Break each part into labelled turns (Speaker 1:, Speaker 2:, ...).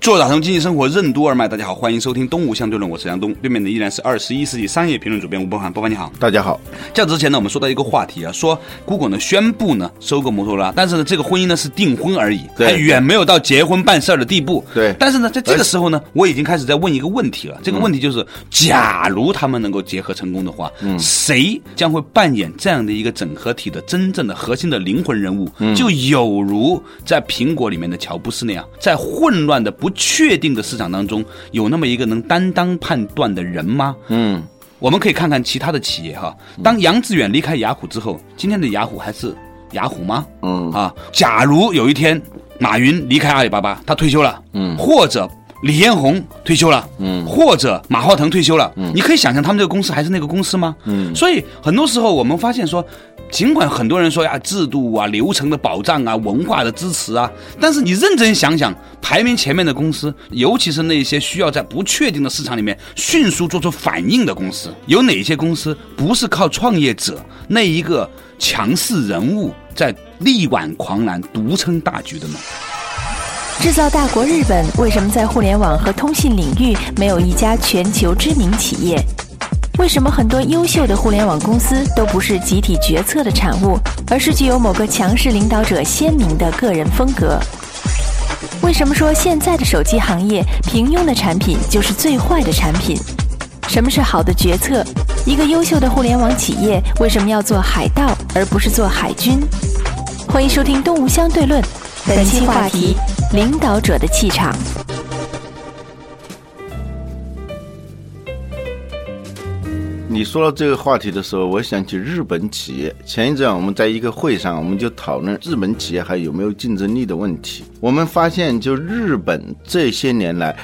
Speaker 1: 做打通经济生活任督二脉，大家好，欢迎收听《东吴相对论》，我是梁东，对面的依然是二十一世纪商业评论主编吴伯凡，伯凡你好。
Speaker 2: 大家好，
Speaker 1: 较之前呢，我们说到一个话题啊，说 Google 呢宣布呢收购摩托罗拉，但是呢这个婚姻呢是订婚而已，
Speaker 2: 对
Speaker 1: 还远没有到结婚办事儿的地步。
Speaker 2: 对
Speaker 1: 但是呢在这个时候呢，我已经开始在问一个问题了，这个问题就是，假如他们能够结合成功的话，谁将会扮演这样的一个整合体的真正的核心的灵魂人物？就有如在苹果里面的乔布斯那样，在混乱的不确定的市场当中，有那么一个能担当判断的人吗？
Speaker 2: 嗯，
Speaker 1: 我们可以看看其他的企业哈。当杨致远离开雅虎之后，今天的雅虎还是雅虎吗？
Speaker 2: 嗯
Speaker 1: 啊，假如有一天马云离开阿里巴巴，他退休了，嗯，或者。李彦宏退休了，嗯，或者马化腾退休了，嗯，你可以想象他们这个公司还是那个公司吗？嗯，所以很多时候我们发现说，尽管很多人说呀，制度啊、流程的保障啊、文化的支持啊，但是你认真想想，排名前面的公司，尤其是那些需要在不确定的市场里面迅速做出反应的公司，有哪些公司不是靠创业者那一个强势人物在力挽狂澜、独撑大局的呢？
Speaker 3: 制造大国日本为什么在互联网和通信领域没有一家全球知名企业？为什么很多优秀的互联网公司都不是集体决策的产物，而是具有某个强势领导者鲜明的个人风格？为什么说现在的手机行业平庸的产品就是最坏的产品？什么是好的决策？一个优秀的互联网企业为什么要做海盗而不是做海军？欢迎收听《东吴相对论》，本期话题：领导者的气场。
Speaker 2: 你说到这个话题的时候，我想起日本企业。前一阵我们在一个会上，我们就讨论日本企业还有没有竞争力的问题。我们发现，就日本这些年来，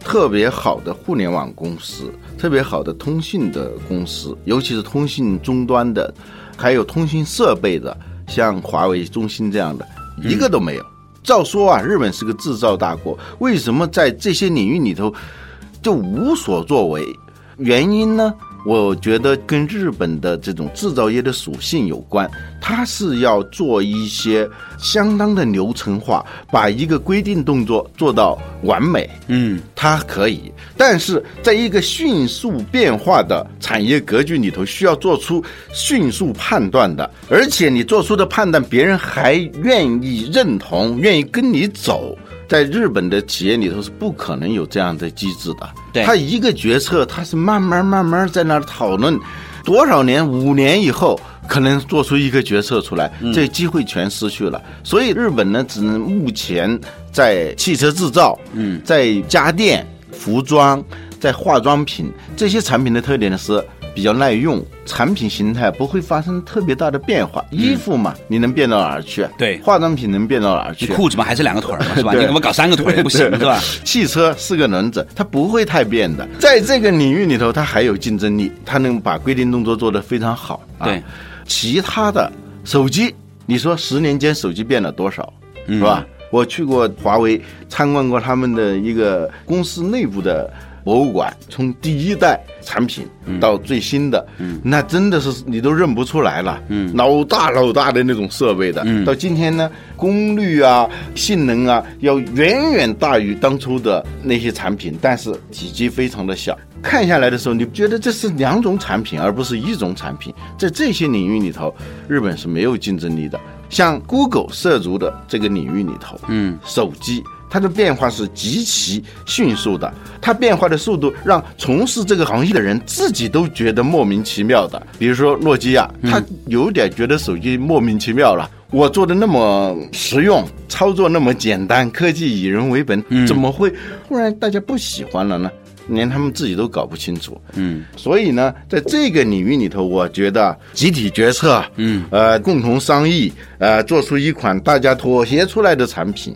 Speaker 2: 特别好的互联网公司，特别好的通信的公司，尤其是通信终端的，还有通信设备的，像华为、中兴这样的，一个都没有。照说啊，日本是个制造大国，为什么在这些领域里头就无所作为？原因呢？我觉得跟日本的这种制造业的属性有关，它是要做一些相当的流程化，把一个规定动作做到完美。
Speaker 1: 嗯，
Speaker 2: 它可以，但是在一个迅速变化的产业格局里头，需要做出迅速判断的，而且你做出的判断，别人还愿意认同，愿意跟你走。在日本的企业里头是不可能有这样的机制的。
Speaker 1: 对
Speaker 2: 他一个决策，他是慢慢慢慢在那儿讨论，多少年，五年以后可能做出一个决策出来，
Speaker 1: 嗯
Speaker 2: 这机会全失去了。所以日本呢，只能目前在汽车制造，嗯，在家电、服装、在化妆品这些产品的特点呢是。比较耐用，产品形态不会发生特别大的变化。衣服嘛，你能变到哪儿去？
Speaker 1: 嗯对
Speaker 2: 化妆品能变到哪儿
Speaker 1: 你
Speaker 2: 去？
Speaker 1: 裤子嘛还是两个腿儿嘛是吧？你
Speaker 2: 对
Speaker 1: 给我搞三个腿儿也不行 是吧？
Speaker 2: 汽车四个轮子，它不会太变的。在这个领域里头，它还有竞争力，它能把规定动作做得非常好。啊
Speaker 1: 对，
Speaker 2: 其他的手机，你说十年间手机变了多少，是吧？我去过华为，参观过他们的一个公司内部的博物馆，从第一代产品到最新的，那真的是你都认不出来了，老大老大的那种设备的，到今天呢，功率啊、性能啊，要远远大于当初的那些产品，但是体积非常的小。看下来的时候，你觉得这是两种产品，而不是一种产品。在这些领域里头，日本是没有竞争力的。像 Google 涉足的这个领域里头，嗯，手机它的变化是极其迅速的，它变化的速度让从事这个行业的人自己都觉得莫名其妙的。比如说诺基亚，他有点觉得手机莫名其妙了。我做的那么实用，操作那么简单，科技以人为本，怎么会忽然大家不喜欢了呢？连他们自己都搞不清楚。嗯，所以呢，在这个领域里头，我觉得集体决策，嗯，呃，共同商议，呃，做出一款大家妥协出来的产品，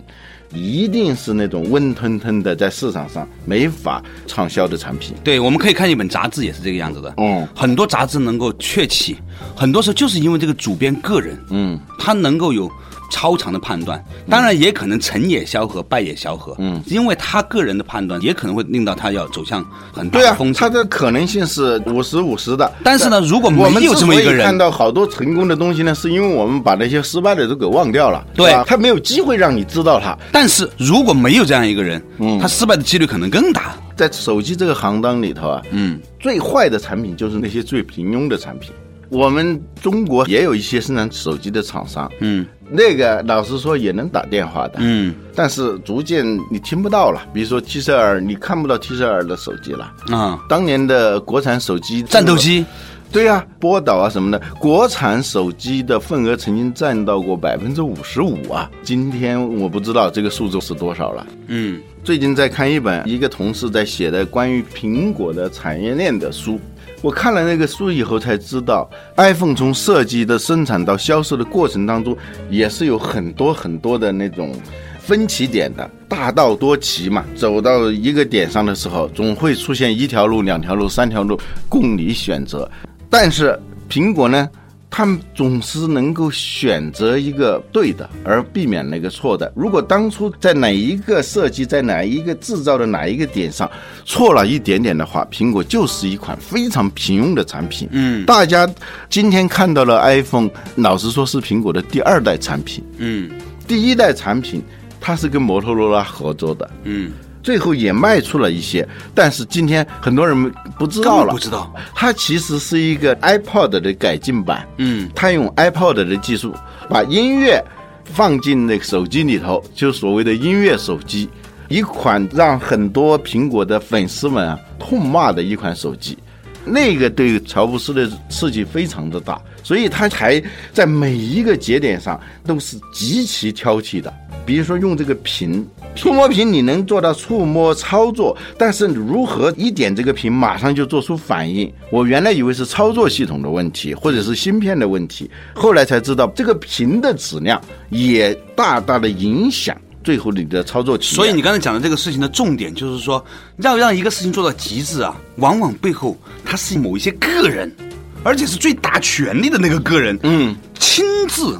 Speaker 2: 一定是那种温吞吞的，在市场上没法畅销的产品。
Speaker 1: 对，我们可以看一本杂志，也是这个样子的。
Speaker 2: 嗯
Speaker 1: 很多杂志能够鹊起，很多时候就是因为这个主编个人，
Speaker 2: 嗯，
Speaker 1: 他能够有超常的判断，当然也可能成也萧何，败也萧何。嗯，因为他个人的判断，也可能会令到他要走向很大
Speaker 2: 对
Speaker 1: 的
Speaker 2: 啊
Speaker 1: 风，险。
Speaker 2: 它的可能性是五十五十的。
Speaker 1: 但是呢如果没
Speaker 2: 我们
Speaker 1: 有这么一个
Speaker 2: 之所以
Speaker 1: 人
Speaker 2: 看到好多成功的东西呢，是因为我们把那些失败的都给忘掉了，
Speaker 1: 对
Speaker 2: 是吧？他没有机会让你知道它。
Speaker 1: 但是如果没有这样一个人，
Speaker 2: 嗯
Speaker 1: 他失败的几率可能更大。
Speaker 2: 在手机这个行当里头啊，
Speaker 1: 嗯，
Speaker 2: 最坏的产品就是那些最平庸的产品。我们中国也有一些生产手机的厂商，
Speaker 1: 嗯
Speaker 2: 那个老实说也能打电话的，
Speaker 1: 嗯
Speaker 2: 但是逐渐你听不到了。比如说 T 十二，你看不到 T 十二的手机了。
Speaker 1: 啊，
Speaker 2: 当年的国产手机
Speaker 1: 战斗，机
Speaker 2: 对呀、波导啊什么的，国产手机的份额曾经占到过百分之五十五啊。今天我不知道这个数字是多少了。
Speaker 1: 嗯
Speaker 2: 最近在看一本一个同事在写的关于苹果的产业链的书，我看了那个书以后才知道，iPhone 从设计的生产到销售的过程当中，也是有很多很多的那种分歧点的，大道多歧嘛。走到一个点上的时候，总会出现一条路、两条路、三条路供你选择。但是苹果呢，他们总是能够选择一个对的，而避免那个错的。如果当初在哪一个设计、在哪一个制造的哪一个点上错了一点点的话，苹果就是一款非常平庸的产品。嗯，大家今天看到了 iPhone，老实说是苹果的第二代产品。
Speaker 1: 嗯
Speaker 2: 第一代产品它是跟摩托罗拉合作的，
Speaker 1: 嗯，
Speaker 2: 最后也卖出了一些，但是今天很多人不知道
Speaker 1: 根本
Speaker 2: 了，
Speaker 1: 不知道，
Speaker 2: 啊它其实是一个 iPod 的改进版，
Speaker 1: 嗯，
Speaker 2: 它用 iPod 的技术把音乐放进那个手机里头，就是所谓的音乐手机，一款让很多苹果的粉丝们啊痛骂的一款手机。那个对乔布斯的刺激非常的大，所以他才在每一个节点上都是极其挑剔的。比如说用这个屏，触摸屏你能做到触摸操作，但是如何一点这个屏马上就做出反应？我原来以为是操作系统的问题，或者是芯片的问题，后来才知道这个屏的质量也大大的影响最后你的操作体验。
Speaker 1: 所以你刚才讲的这个事情的重点就是说，要让一个事情做到极致啊，往往背后他是某一些个人，而且是最大权力的那个个人，嗯，亲自。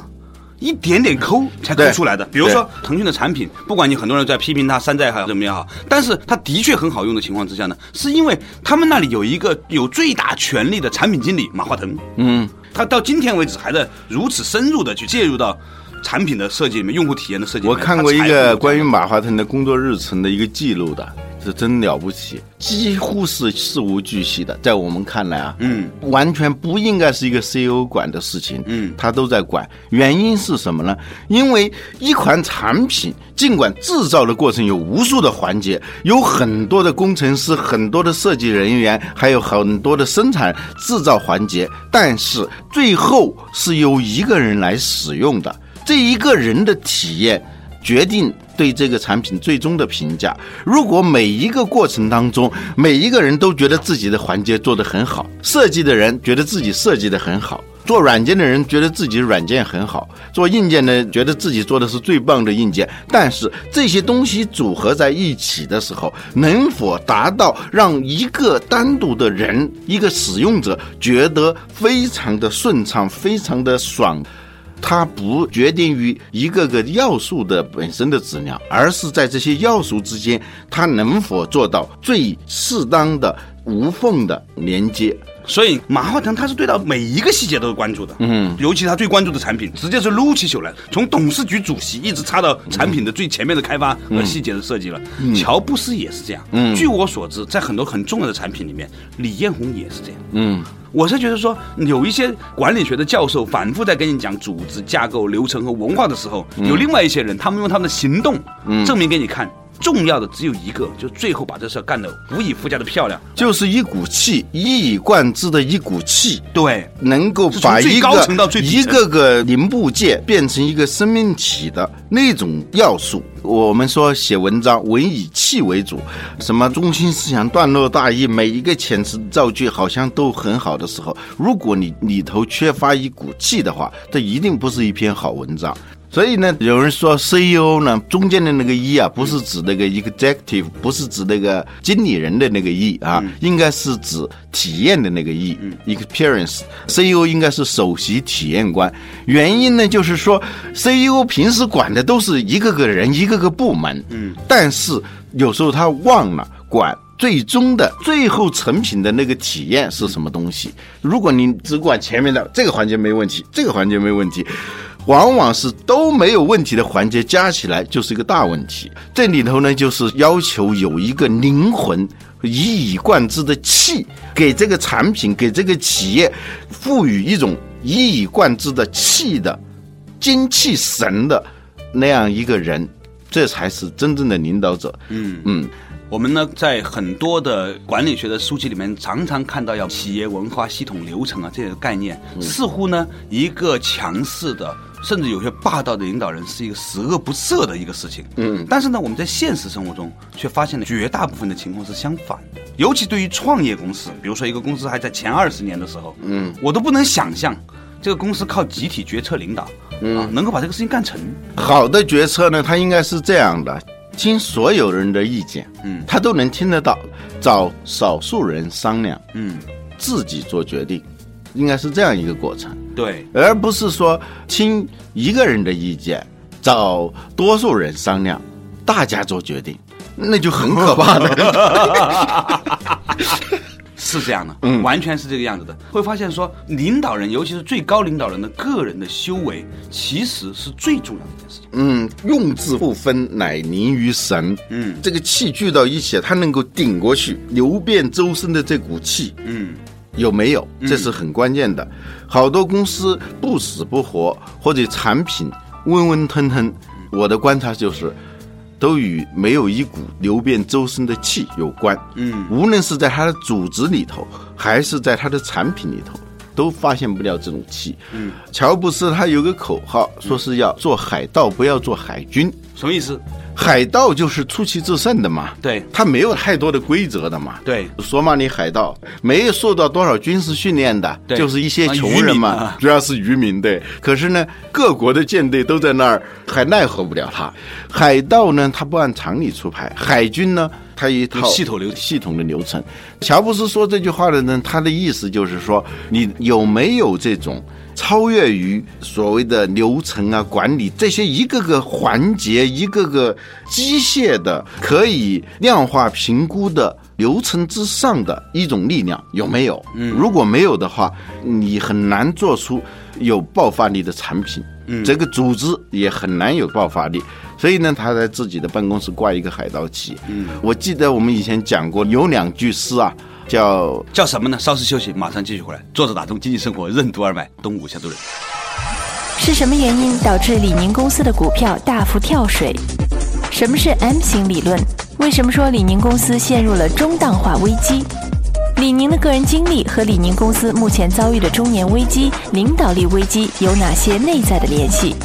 Speaker 1: 一点点抠才抠
Speaker 2: 对
Speaker 1: 出来的，比如
Speaker 2: 对
Speaker 1: 说腾讯的产品，不管你很多人在批评它山寨也好怎么也好，但是它的确很好用的情况之下呢，是因为他们那里有一个有最大权力的产品经理马化腾，嗯，他到今天为止还在如此深入的去介入到产品的设计里面、用户体验的设计里面。
Speaker 2: 我看过
Speaker 1: 他
Speaker 2: 一
Speaker 1: 才
Speaker 2: 个
Speaker 1: 能够
Speaker 2: 关于马化腾的工作日程的一个记录的，是真了不起，几乎是事无巨细的。在我们看来啊，
Speaker 1: 嗯，
Speaker 2: 完全不应该是一个 CEO 管的事情，
Speaker 1: 嗯
Speaker 2: 他都在管。原因是什么呢？因为一款产品，尽管制造的过程有无数的环节，有很多的工程师、很多的设计人员，还有很多的生产制造环节，但是最后是由一个人来使用的。这一个人的体验决定对这个产品最终的评价。如果每一个过程当中，每一个人都觉得自己的环节做得很好，设计的人觉得自己设计得很好，做软件的人觉得自己软件很好，做硬件的人觉得自己做的是最棒的硬件。但是这些东西组合在一起的时候，能否达到让一个单独的人、一个使用者觉得非常的顺畅、非常的爽？它不决定于一个个要素的本身的质量，而是在这些要素之间，它能否做到最适当的无缝的连接。
Speaker 1: 所以马化腾他是对到每一个细节都是关注的，嗯，尤其他最关注的产品，直接是撸起袖来，从董事局主席一直插到产品的最前面的开发和细节的设计了。乔布斯也是这样，嗯，据我所知，在很多很重要的产品里面，李彦宏也是这样，嗯。我是觉得说，有一些管理学的教授反复在跟你讲组织架构、流程和文化的时候，有另外一些人，他们用他们的行动证明给你看。重要的只有一个，就最后把这事儿干得无以复加的漂亮。
Speaker 2: 就是一股气，一以贯之的一股气，
Speaker 1: 对，
Speaker 2: 能够
Speaker 1: 是从
Speaker 2: 把
Speaker 1: 最
Speaker 2: 一
Speaker 1: 高
Speaker 2: 个
Speaker 1: 层到最底
Speaker 2: 一
Speaker 1: 层
Speaker 2: 个个零部件变成一个生命体的那种要素。我们说写文章，文以气为主，什么中心思想、段落大意，每一个遣词造句好像都很好的时候，如果你里头缺乏一股气的话，这一定不是一篇好文章。所以呢，有人说 CEO 呢，中间的那个 E 啊，不是指那个 executive，不是指那个经理人的那个 E 啊，应该是指体验的那个 E，experience、CEO 应该是首席体验官。原因呢，就是说 CEO 平时管的都是一个个人、一个个部门，嗯，但是有时候他忘了管。最终的最后成品的那个体验是什么东西？如果你只管前面的这个环节没问题，这个环节没问题，往往是都没有问题的环节加起来就是一个大问题。这里头呢，就是要求有一个灵魂。一以贯之的气，给这个产品、给这个企业赋予一种一以贯之的气的精气神的那样一个人，这才是真正的领导者。嗯嗯，
Speaker 1: 我们呢，在很多的管理学的书籍里面，常常看到要企业文化、系统、流程啊这些概念，似乎呢，一个强势的，甚至有些霸道的领导人是一个十恶不赦的一个事情。嗯，但是呢，我们在现实生活中却发现了绝大部分的情况是相反的，尤其对于创业公司，比如说一个公司还在前二十年的时候，嗯，我都不能想象这个公司靠集体决策领导，嗯、啊，能够把这个事情干成。
Speaker 2: 好的决策呢，它应该是这样的：听所有人的意见，嗯，他都能听得到，找少数人商量，
Speaker 1: 嗯，
Speaker 2: 自己做决定，应该是这样一个过程，
Speaker 1: 对，
Speaker 2: 而不是说听一个人的意见，找多数人商量，大家做决定，那就很可怕的。
Speaker 1: 是这样的，嗯，完全是这个样子的。会发现说，领导人，尤其是最高领导人的个人的修为，其实是最重要的一件事情。
Speaker 2: 嗯，用字不分，乃凝于神。
Speaker 1: 嗯
Speaker 2: 这个气聚到一起，它能够顶过去，流遍周身的这股气，
Speaker 1: 嗯，
Speaker 2: 有没有？这是很关键的。好多公司不死不活，或者产品温温吞吞，我的观察就是，都与没有一股流遍周身的气有关。
Speaker 1: 嗯，
Speaker 2: 无论是在它的组织里头，还是在它的产品里头。都发现不了这种气。嗯，乔布斯他有个口号，
Speaker 1: 嗯
Speaker 2: 说是要做海盗，不要做海军。
Speaker 1: 什么意思？
Speaker 2: 海盗就是出奇制胜的嘛，
Speaker 1: 对
Speaker 2: 他没有太多的规则的嘛，
Speaker 1: 对
Speaker 2: 索马里海盗没有受到多少军事训练的，
Speaker 1: 对
Speaker 2: 就是一些
Speaker 1: 啊
Speaker 2: 穷
Speaker 1: 渔
Speaker 2: 人
Speaker 1: 民
Speaker 2: 嘛，
Speaker 1: 啊
Speaker 2: 主要是渔民对。可是呢，各国的舰队都在那儿，还奈何不了他。海盗呢，他不按常理出牌；海军呢，他有一套
Speaker 1: 有系统流程
Speaker 2: 系统的流程。乔布斯说这句话的呢，他的意思就是说，你有没有这种超越于所谓的流程啊、管理这些一个个环节、一个个机械的、可以量化评估的流程之上的一种力量，有没有？嗯，如果没有的话，你很难做出有爆发力的产品。嗯，这个组织也很难有爆发力。所以呢，他在自己的办公室挂一个海盗旗。嗯，我记得我们以前讲过，有两句诗啊，叫
Speaker 1: 叫什么呢？稍事休息，马上继续回来。作者打通经济生活任督二脉，东吴夏都人。
Speaker 3: 是什么原因导致李宁公司的股票大幅跳水？什么是 M 型理论？为什么说李宁公司陷入了中档化危机？李宁的个人经历和李宁公司目前遭遇的中年危机、领导力危机有哪些内在的联系？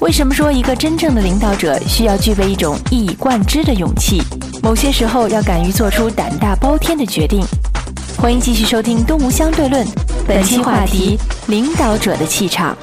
Speaker 3: 为什么说一个真正的领导者需要具备一种一以贯之的勇气？某些时候要敢于做出胆大包天的决定。欢迎继续收听《东吴相对论》，本期话题：领导者的气场。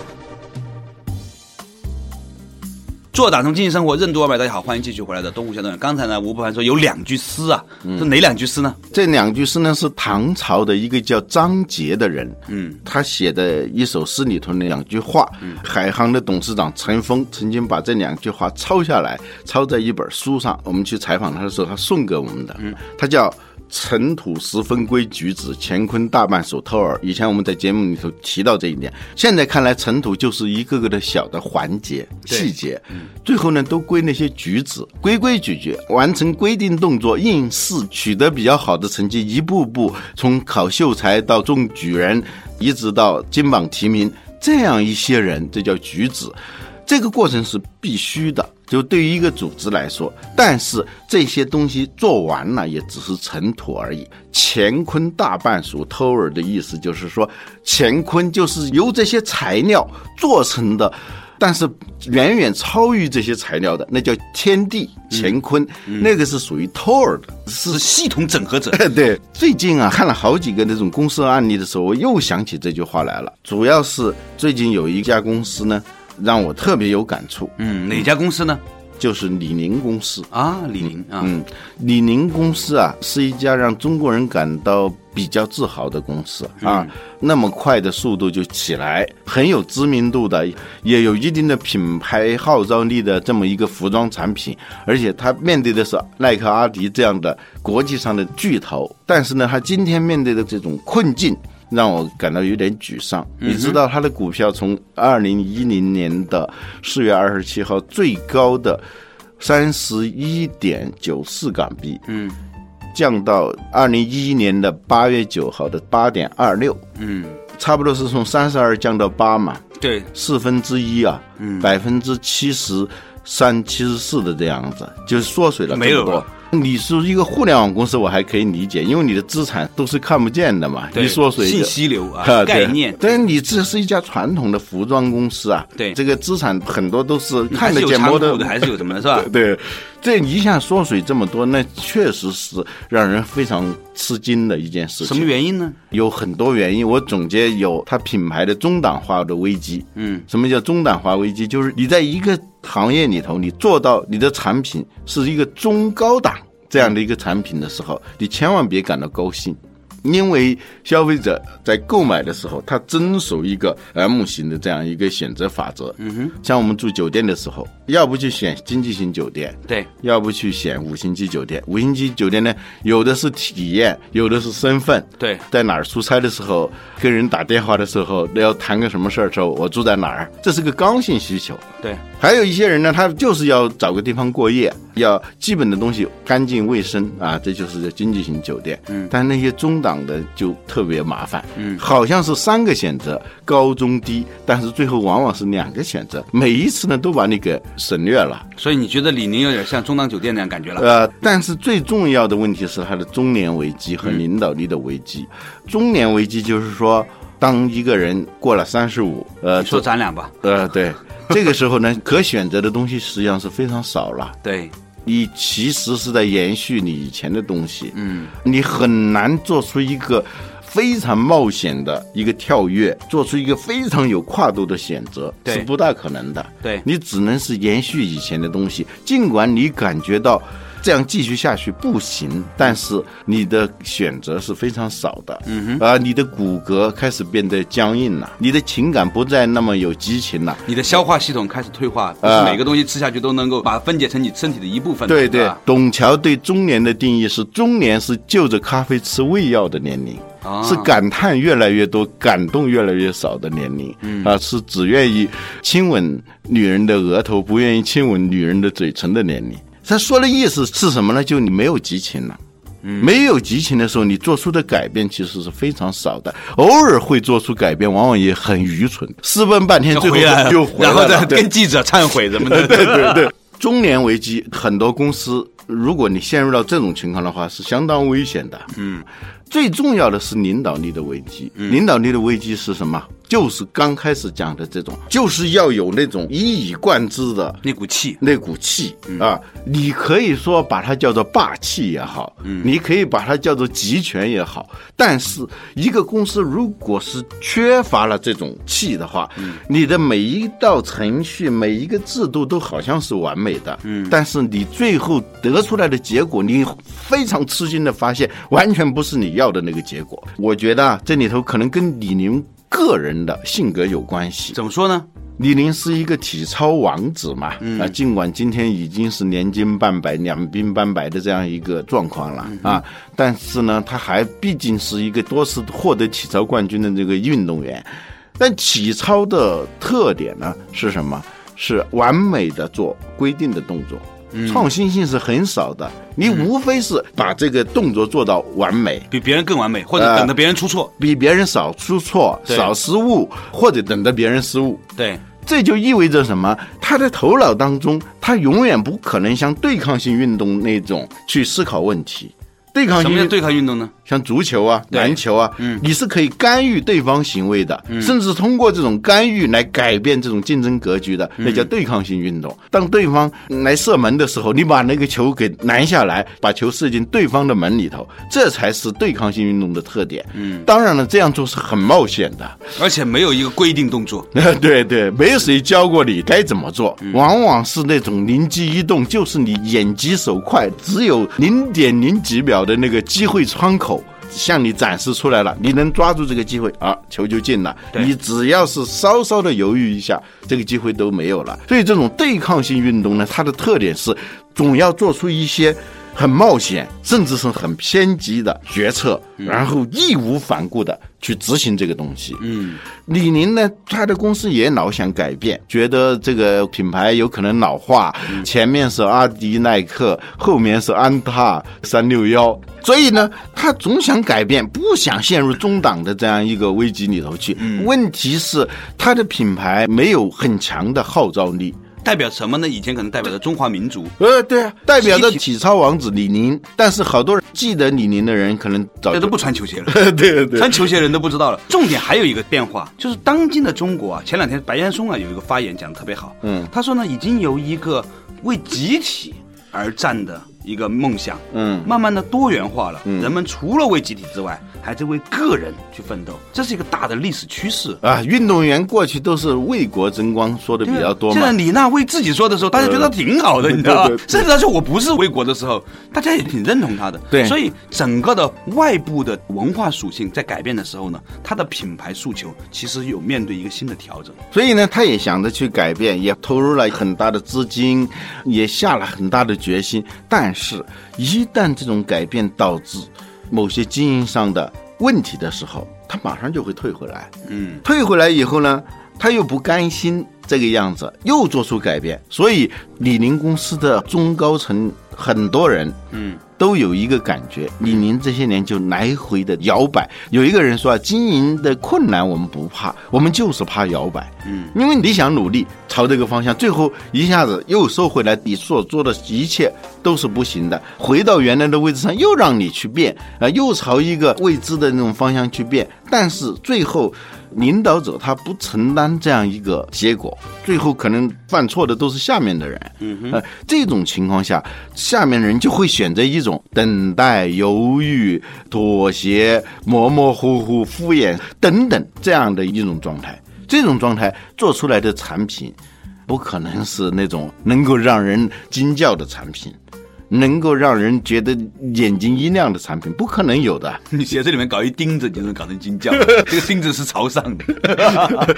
Speaker 1: 做打通经济生活任督二脉，大家好，欢迎继续回来的东吴夏都人。刚才呢，吴伯凡说有两句诗啊，
Speaker 2: 嗯
Speaker 1: 是哪两句诗呢？
Speaker 2: 这两句诗呢是唐朝的一个叫张杰的人，嗯，他写的一首诗里头那两句话，海航的董事长陈峰曾经把这两句话抄下来，抄在一本书上。我们去采访他的时候，他送给我们的，他叫。尘土十分归举止，乾坤大半属透耳。以前我们在节目里头提到这一点，现在看来，尘土就是一个个的小的环节、细节，最后呢都归那些举止，规规矩矩，完成规定动作，应试取得比较好的成绩，一步步从考秀才到中举人，一直到金榜题名，这样一些人，这叫举止。这个过程是必须的，就对于一个组织来说。但是这些东西做完了，也只是尘土而已。乾坤大半属偷耳的意思就是说，乾坤就是由这些材料做成的。但是远远超于这些材料的，那叫天地乾坤，那个是属于偷耳的，
Speaker 1: 是系统整合者。
Speaker 2: 对，最近啊看了好几个那种公司案例的时候，我又想起这句话来了。主要是最近有一家公司呢，让我特别有感触，
Speaker 1: 嗯，哪家公司呢？
Speaker 2: 就是李宁公司。
Speaker 1: 啊，李宁啊，
Speaker 2: 嗯，李宁公司啊，是一家让中国人感到比较自豪的公司啊。那么快的速度就起来，很有知名度的，也有一定的品牌号召力的这么一个服装产品，而且它面对的是耐克、阿迪这样的国际上的巨头。但是呢，它今天面对的这种困境。让我感到有点沮丧。你知道它的股票从二零一零年的四月二十七号最高的三十一点九四港币，嗯，降到二零一一年的八月九号的八点二六，嗯，差不多是从三十二降到八嘛，
Speaker 1: 对，
Speaker 2: 四分之一啊，嗯，百分之七十三、七十四的这样子，就是缩水了
Speaker 1: 没有
Speaker 2: 这么多。你是一个互联网公司，我还可以理解，因为你的资产都是看不见的嘛，
Speaker 1: 对
Speaker 2: 一缩水就
Speaker 1: 信息流啊，
Speaker 2: 啊，
Speaker 1: 概念，
Speaker 2: 但是你这是一家传统的服装公司啊，
Speaker 1: 对嗯
Speaker 2: 这个资产很多都是
Speaker 1: 还
Speaker 2: 看
Speaker 1: 是
Speaker 2: 得
Speaker 1: 有
Speaker 2: 见
Speaker 1: 仓
Speaker 2: 摸
Speaker 1: 库
Speaker 2: 得？
Speaker 1: 的，还是有什么的，是吧
Speaker 2: 对，这一下缩水这么多，那确实是让人非常吃惊的一件事情。
Speaker 1: 什么原因呢？
Speaker 2: 有很多原因，我总结有它品牌的中档化的危机。
Speaker 1: 嗯，
Speaker 2: 什么叫中档化危机？就是你在一个行业里头，你做到你的产品是一个中高档这样的一个产品的时候，你千万别感到高兴。因为消费者在购买的时候，他遵守一个 M 型的这样一个选择法则。嗯哼，像我们住酒店的时候，要不就选经济型酒店，
Speaker 1: 对，
Speaker 2: 要不去选五星级酒店。五星级酒店呢，有的是体验，有的是身份。
Speaker 1: 对
Speaker 2: 在哪儿出差的时候，跟人打电话的时候，要谈个什么事儿的时候，我住在哪儿，这是个刚性需求。
Speaker 1: 对，
Speaker 2: 还有一些人呢，他就是要找个地方过夜，要基本的东西干净卫生啊，这就是经济型酒店。嗯，但那些中档的就特别麻烦。嗯，好像是三个选择，高中低，但是最后往往是两个选择，每一次呢都把你给省略了。
Speaker 1: 所以你觉得李宁有点像中档酒店那样感觉 了？
Speaker 2: 呃，但是最重要的问题是他的中年危机
Speaker 1: 嗯
Speaker 2: 和领导力的危机。中年危机就是说，当一个人过了三十五，呃，
Speaker 1: 你说
Speaker 2: 这
Speaker 1: 咱俩吧，
Speaker 2: 呃，对，这个时候呢，可选择的东西实际上是非常少了。
Speaker 1: 对，
Speaker 2: 你其实是在延续你以前的东西，嗯，你很难做出一个非常冒险的一个跳跃，做出一个非常有跨度的选择，
Speaker 1: 对
Speaker 2: 是不大可能的。
Speaker 1: 对
Speaker 2: 你只能是延续以前的东西，尽管你感觉到。这样继续下去不行，但是你的选择是非常少的。嗯哼，啊、你的骨骼开始变得僵硬了，你的情感不再那么有激情了，
Speaker 1: 你的消化系统开始退化，不是每个东西吃下去都能够把它分解成你身体的一部分的，
Speaker 2: 对
Speaker 1: 是
Speaker 2: 对
Speaker 1: 吧，
Speaker 2: 董桥对中年的定义是：中年是就着咖啡吃胃药的年龄，
Speaker 1: 啊
Speaker 2: 是感叹越来越多、感动越来越少的年龄。
Speaker 1: 嗯
Speaker 2: 啊，是只愿意亲吻女人的额头，不愿意亲吻女人的嘴唇的年龄。他说的意思是什么呢？就你没有激情了。
Speaker 1: 嗯
Speaker 2: 没有激情的时候，你做出的改变其实是非常少的，偶尔会做出改变，往往也很愚蠢。私奔半天，
Speaker 1: 就
Speaker 2: 最后
Speaker 1: 回来了，
Speaker 2: 又回来
Speaker 1: 然
Speaker 2: 了，
Speaker 1: 后再
Speaker 2: 对
Speaker 1: 跟记者忏悔什么 的，
Speaker 2: 对对对，中年危机，很多公司如果你陷入到这种情况的话，是相当危险的。嗯，最重要的是领导力的危机。领导力的危机是什么？就是刚开始讲的这种，就是要有那种一以贯之的
Speaker 1: 那股气，
Speaker 2: 那股气啊，你可以说把它叫做霸气也好，你可以把它叫做集权也好，但是一个公司如果是缺乏了这种气的话，你的每一道程序、每一个制度都好像是完美的，但是你最后得出来的结果，你非常吃惊的发现，完全不是你要的那个结果。我觉得啊，这里头可能跟李宁个人的性格有关系。
Speaker 1: 怎么说呢？
Speaker 2: 李宁是一个体操王子嘛，啊，尽管今天已经是年近半百、两鬓斑白的这样一个状况了、啊，但是呢，他还毕竟是一个多次获得体操冠军的这个运动员。但体操的特点呢是什么？是完美的做规定的动作，创新性是很少的。你无非是把这个动作做到完美，
Speaker 1: 比别人更完美，或者
Speaker 2: 呃
Speaker 1: 等着别人出错，
Speaker 2: 比别人少出错、
Speaker 1: 对
Speaker 2: 少失误，或者等着别人失误。
Speaker 1: 对，
Speaker 2: 这就意味着什么？他的头脑当中，他永远不可能像对抗性运动那种去思考问题。对抗
Speaker 1: 什
Speaker 2: 性
Speaker 1: 么叫
Speaker 2: 运
Speaker 1: 对抗运动呢？
Speaker 2: 像足球啊、
Speaker 1: 对嗯
Speaker 2: 篮球啊，你是可以干预对方行为的，甚至通过这种干预来改变这种竞争格局的，
Speaker 1: 嗯
Speaker 2: 那叫对抗性运动。当对方来射门的时候，你把那个球给拦下来，把球射进对方的门里头，这才是对抗性运动的特点。嗯，当然了，这样做是很冒险的。
Speaker 1: 而且没有一个规定动作。
Speaker 2: 对对，没有谁教过你该怎么做，往往是那种灵机一动，就是你眼疾手快，只有零点零几秒的那个机会窗口。向你展示出来了，你能抓住这个机会啊，球就进了。你只要是稍稍的犹豫一下，这个机会都没有了。所以这种对抗性运动呢，它的特点是总要做出一些很冒险，甚至是很偏激的决策，然后义无反顾的去执行这个东西。嗯，李宁呢，他的公司也老想改变，觉得这个品牌有可能老化，前面是阿迪、耐克，后面是安踏、三六幺，所以呢，他总想改变，不想陷入中档的这样一个危机里头去。
Speaker 1: 嗯
Speaker 2: 问题是，他的品牌没有很强的号召力。
Speaker 1: 代表什么呢？以前可能代表着中华民族，
Speaker 2: 呃，对啊，代表着体操王子李宁，但是好多人记得李宁的人，可能早
Speaker 1: 这
Speaker 2: 就
Speaker 1: 都不穿球鞋了。
Speaker 2: 对对对
Speaker 1: 穿球鞋的人都不知道了。重点还有一个变化，就是当今的中国啊，前两天白岩松啊有一个发言讲的特别好，
Speaker 2: 嗯
Speaker 1: 他说呢，已经由一个为集体而战的一个梦想，
Speaker 2: 嗯
Speaker 1: 慢慢的多元化了，人们除了为集体之外，还在为个人去奋斗，这是一个大的历史趋势。
Speaker 2: 啊，运动员过去都是为国争光，说的比较多
Speaker 1: 啊现在
Speaker 2: 嘛。
Speaker 1: 李娜为自己说的时候，大家觉得挺好的，你知道吧
Speaker 2: 对对？对
Speaker 1: 甚至她说我不是为国的时候，大家也挺认同她的。
Speaker 2: 对
Speaker 1: 所以整个的外部的文化属性在改变的时候呢，它的品牌诉求其实有面对一个新的调整。
Speaker 2: 所以呢，他也想着去改变，也投入了很大的资金，也下了很大的决心。但是，一旦这种改变导致某些经营上的问题的时候，他马上就会退回来。
Speaker 1: 嗯，
Speaker 2: 退回来以后呢，他又不甘心这个样子，又做出改变。所以，李宁公司的中高层很多人，嗯，都有一个感觉，李宁这些年就来回的摇摆。有一个人说啊，经营的困难我们不怕，我们就是怕摇摆。嗯，因为你想努力朝这个方向，最后一下子又收回来，你所做的一切都是不行的，回到原来的位置上，又让你去变，啊、又朝一个未知的那种方向去变，但是最后。领导者他不承担这样一个结果，最后可能犯错的都是下面的人。嗯哼、这种情况下，下面人就会选择一种等待、犹豫、妥协、模模糊糊、敷衍等等这样的一种状态。这种状态做出来的产品，不可能是那种能够让人惊叫的产品。能够让人觉得眼睛一亮的产品不可能有的，
Speaker 1: 你鞋子里面搞一钉子，你就能搞成金匠。 这个钉子是朝上的，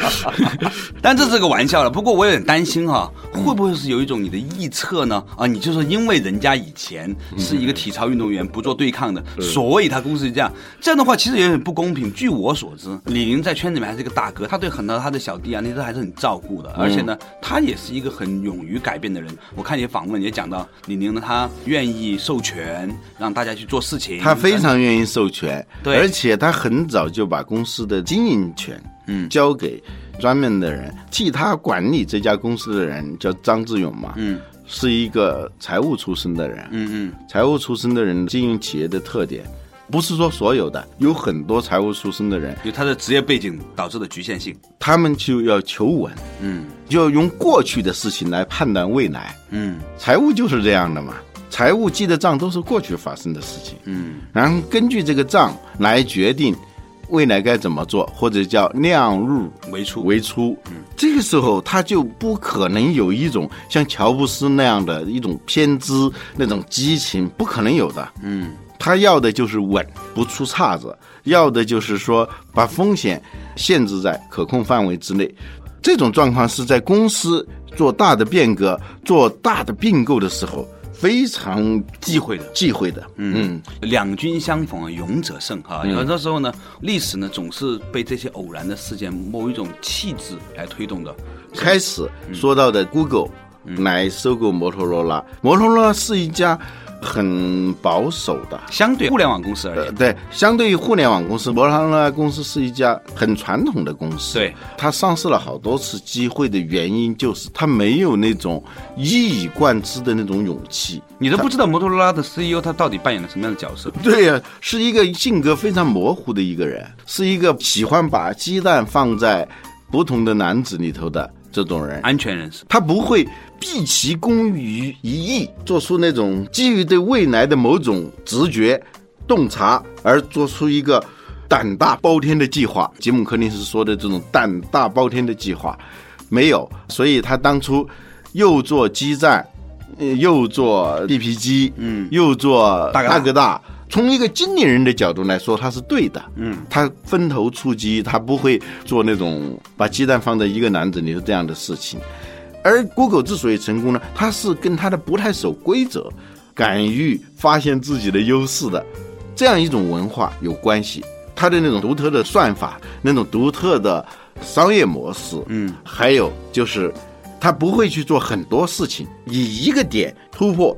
Speaker 1: 但这是个玩笑了。不过我有点担心哈、
Speaker 2: 嗯
Speaker 1: 会不会是有一种你的臆测呢？啊，你就说因为人家以前
Speaker 2: 嗯
Speaker 1: 是一个体操运动员，不做对抗的，所以他公司是这样。这样的话其实有点不公平。据我所知，李宁在圈子里面还是个大哥，他对很多他的小弟啊那些都还是很照顾
Speaker 2: 嗯
Speaker 1: 的，而且呢，他也是一个很勇于改变的人。我看你的访问也讲到，李宁呢他愿意授权让大家去做事情，
Speaker 2: 他非常愿意授权，
Speaker 1: 嗯对
Speaker 2: 而且他很早就把公司的经营权，
Speaker 1: 嗯
Speaker 2: 交给专门的人，替他管理这家公司的人叫张志勇嘛，
Speaker 1: 嗯。
Speaker 2: 是一个财务出身的人，
Speaker 1: 嗯嗯。
Speaker 2: 财务出身的人经营企业的特点，不是说所有的，有很多财务出身的人，
Speaker 1: 有他的职业背景导致的局限性。
Speaker 2: 他们就要求稳，
Speaker 1: 嗯
Speaker 2: 就要用过去的事情来判断未来，
Speaker 1: 嗯
Speaker 2: 财务就是这样的嘛，财务记的账都是过去发生的事情，
Speaker 1: 嗯
Speaker 2: 然后根据这个账来决定未来该怎么做，或者叫量入
Speaker 1: 为出嗯
Speaker 2: 为出。这个时候他就不可能有一种像乔布斯那样的一种偏执、那种激情，不可能有的。
Speaker 1: 嗯，
Speaker 2: 他要的就是稳，不出岔子，要的就是说把风险限制在可控范围之内。这种状况是在公司做大的变革、做大的并购的时候非常
Speaker 1: 忌讳的。
Speaker 2: 忌讳的。嗯
Speaker 1: 两军相逢啊，勇者胜哈。有的时候呢，历史呢总是被这些偶然的事件、某一种气质来推动的。
Speaker 2: 开始说到的 Google 来收购摩托罗拉，摩托罗拉是一家很保守的。
Speaker 1: 相对互联网公司而
Speaker 2: 呃，
Speaker 1: 言，
Speaker 2: 对，相对于互联网公司，摩托罗拉公司是一家很传统的公司。
Speaker 1: 对，
Speaker 2: 它上市了好多次机会的原因就是它没有那种一以贯之的那种勇气。
Speaker 1: 你都不知道摩托罗拉的 CEO 他到底扮演了什么样的角色。
Speaker 2: 对呀、是一个性格非常模糊的一个人，是一个喜欢把鸡蛋放在不同的篮子里头的这种人。
Speaker 1: 安全人士，
Speaker 2: 他不会毕其功于一役，做出那种基于对未来的某种直觉洞察而做出一个胆大包天的计划。吉姆·柯林斯说的这种胆大包天的计划，没有，所以他当初又做基站，呃又做 BP 机，嗯，又做
Speaker 1: 大哥大
Speaker 2: 哥大。从一个经理人的角度来说，他是对的。嗯，他分头出击，他不会做那种把鸡蛋放在一个篮子里头这样的事情。而 Google 之所以成功呢，它是跟它的不太守规则、敢于发现自己的优势的这样一种文化有关系。它的那种独特的算法、那种独特的商业模式，嗯，还有就是它不会去做很多事情，以一个点突破。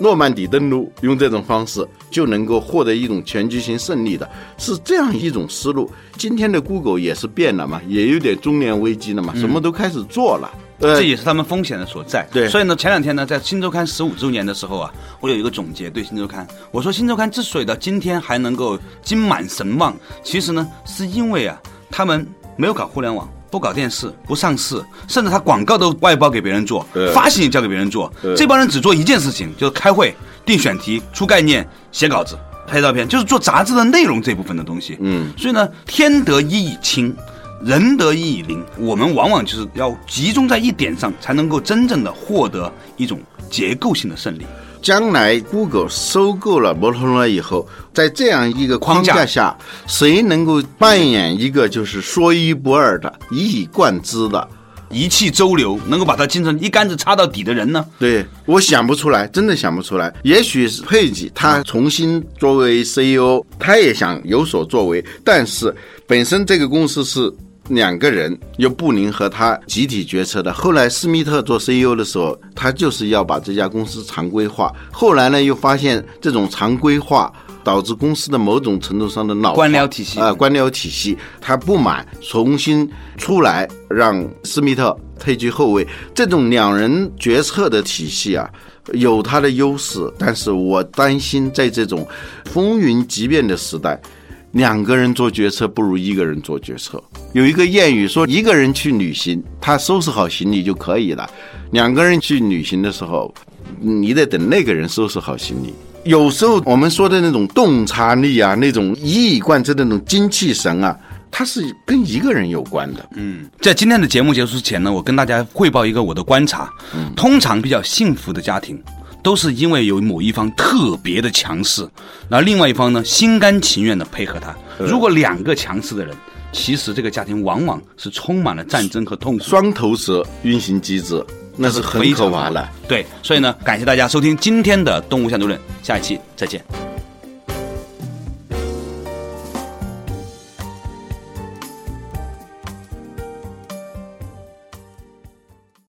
Speaker 2: 诺曼底登陆用这种方式就能够获得一种全局性胜利的，是这样一种思路。今天的 Google 也是变了嘛，也有点中年危机了嘛，什么都开始做了。呃
Speaker 1: 这，也是他们风险的所在。
Speaker 2: 对
Speaker 1: 所以呢，前两天呢，在《新周刊》十五周年的时候啊，我有一个总结对《新周刊》，我说《新周刊》之所以到今天还能够金满神旺，其实呢，是因为啊，他们没有搞互联网。不搞电视，不上市，甚至他广告都外包给别人做，
Speaker 2: 对
Speaker 1: 发行也交给别人做。
Speaker 2: 对
Speaker 1: 这帮人只做一件事情，就是开会、定选题、出概念、写稿子、拍照片，就是做杂志的内容这部分的东西。
Speaker 2: 嗯，
Speaker 1: 所以呢，天得一以清，人得一以灵。我们往往就是要集中在一点上，才能够真正的获得一种结构性的胜利。
Speaker 2: 将来 Google 收购了摩托罗拉以后，在这样一个框架下，谁能够扮演一个就是说一不二的、一以贯之的？
Speaker 1: 一气周流，能够把它精神一竿子插到底的人呢？
Speaker 2: 对，我想不出来，真的想不出来。也许是佩吉他重新作为 CEO，他也想有所作为，但是本身这个公司是两个人，由布林和他集体决策的。后来施密特做 CEO 的时候，他就是要把这家公司常规化。后来呢，又发现这种常规化。导致公司的某种程度上的老化
Speaker 1: 官僚体系
Speaker 2: 呃，官僚体系，他不满，重新出来让施密特退居后卫。这种两人决策的体系啊，有它的优势，但是我担心在这种风云急变的时代。两个人做决策不如一个人做决策。有一个谚语说，一个人去旅行，他收拾好行李就可以了；两个人去旅行的时候，你得等那个人收拾好行李。有时候我们说的那种洞察力啊，那种一以贯之的那种精气神啊，它是跟一个人有关的。
Speaker 1: 在今天的节目结束之前呢，我跟大家汇报一个我的观察。
Speaker 2: 嗯
Speaker 1: 通常比较幸福的家庭，都是因为有某一方特别的强势，然后另外一方呢心甘情愿的配合他。如果两个强势的人，其实这个家庭往往是充满了战争和痛苦。
Speaker 2: 双头蛇运行机制，那是很可怕的。
Speaker 1: 对，所以呢，感谢大家收听今天的《动物相对论》，下一期再见。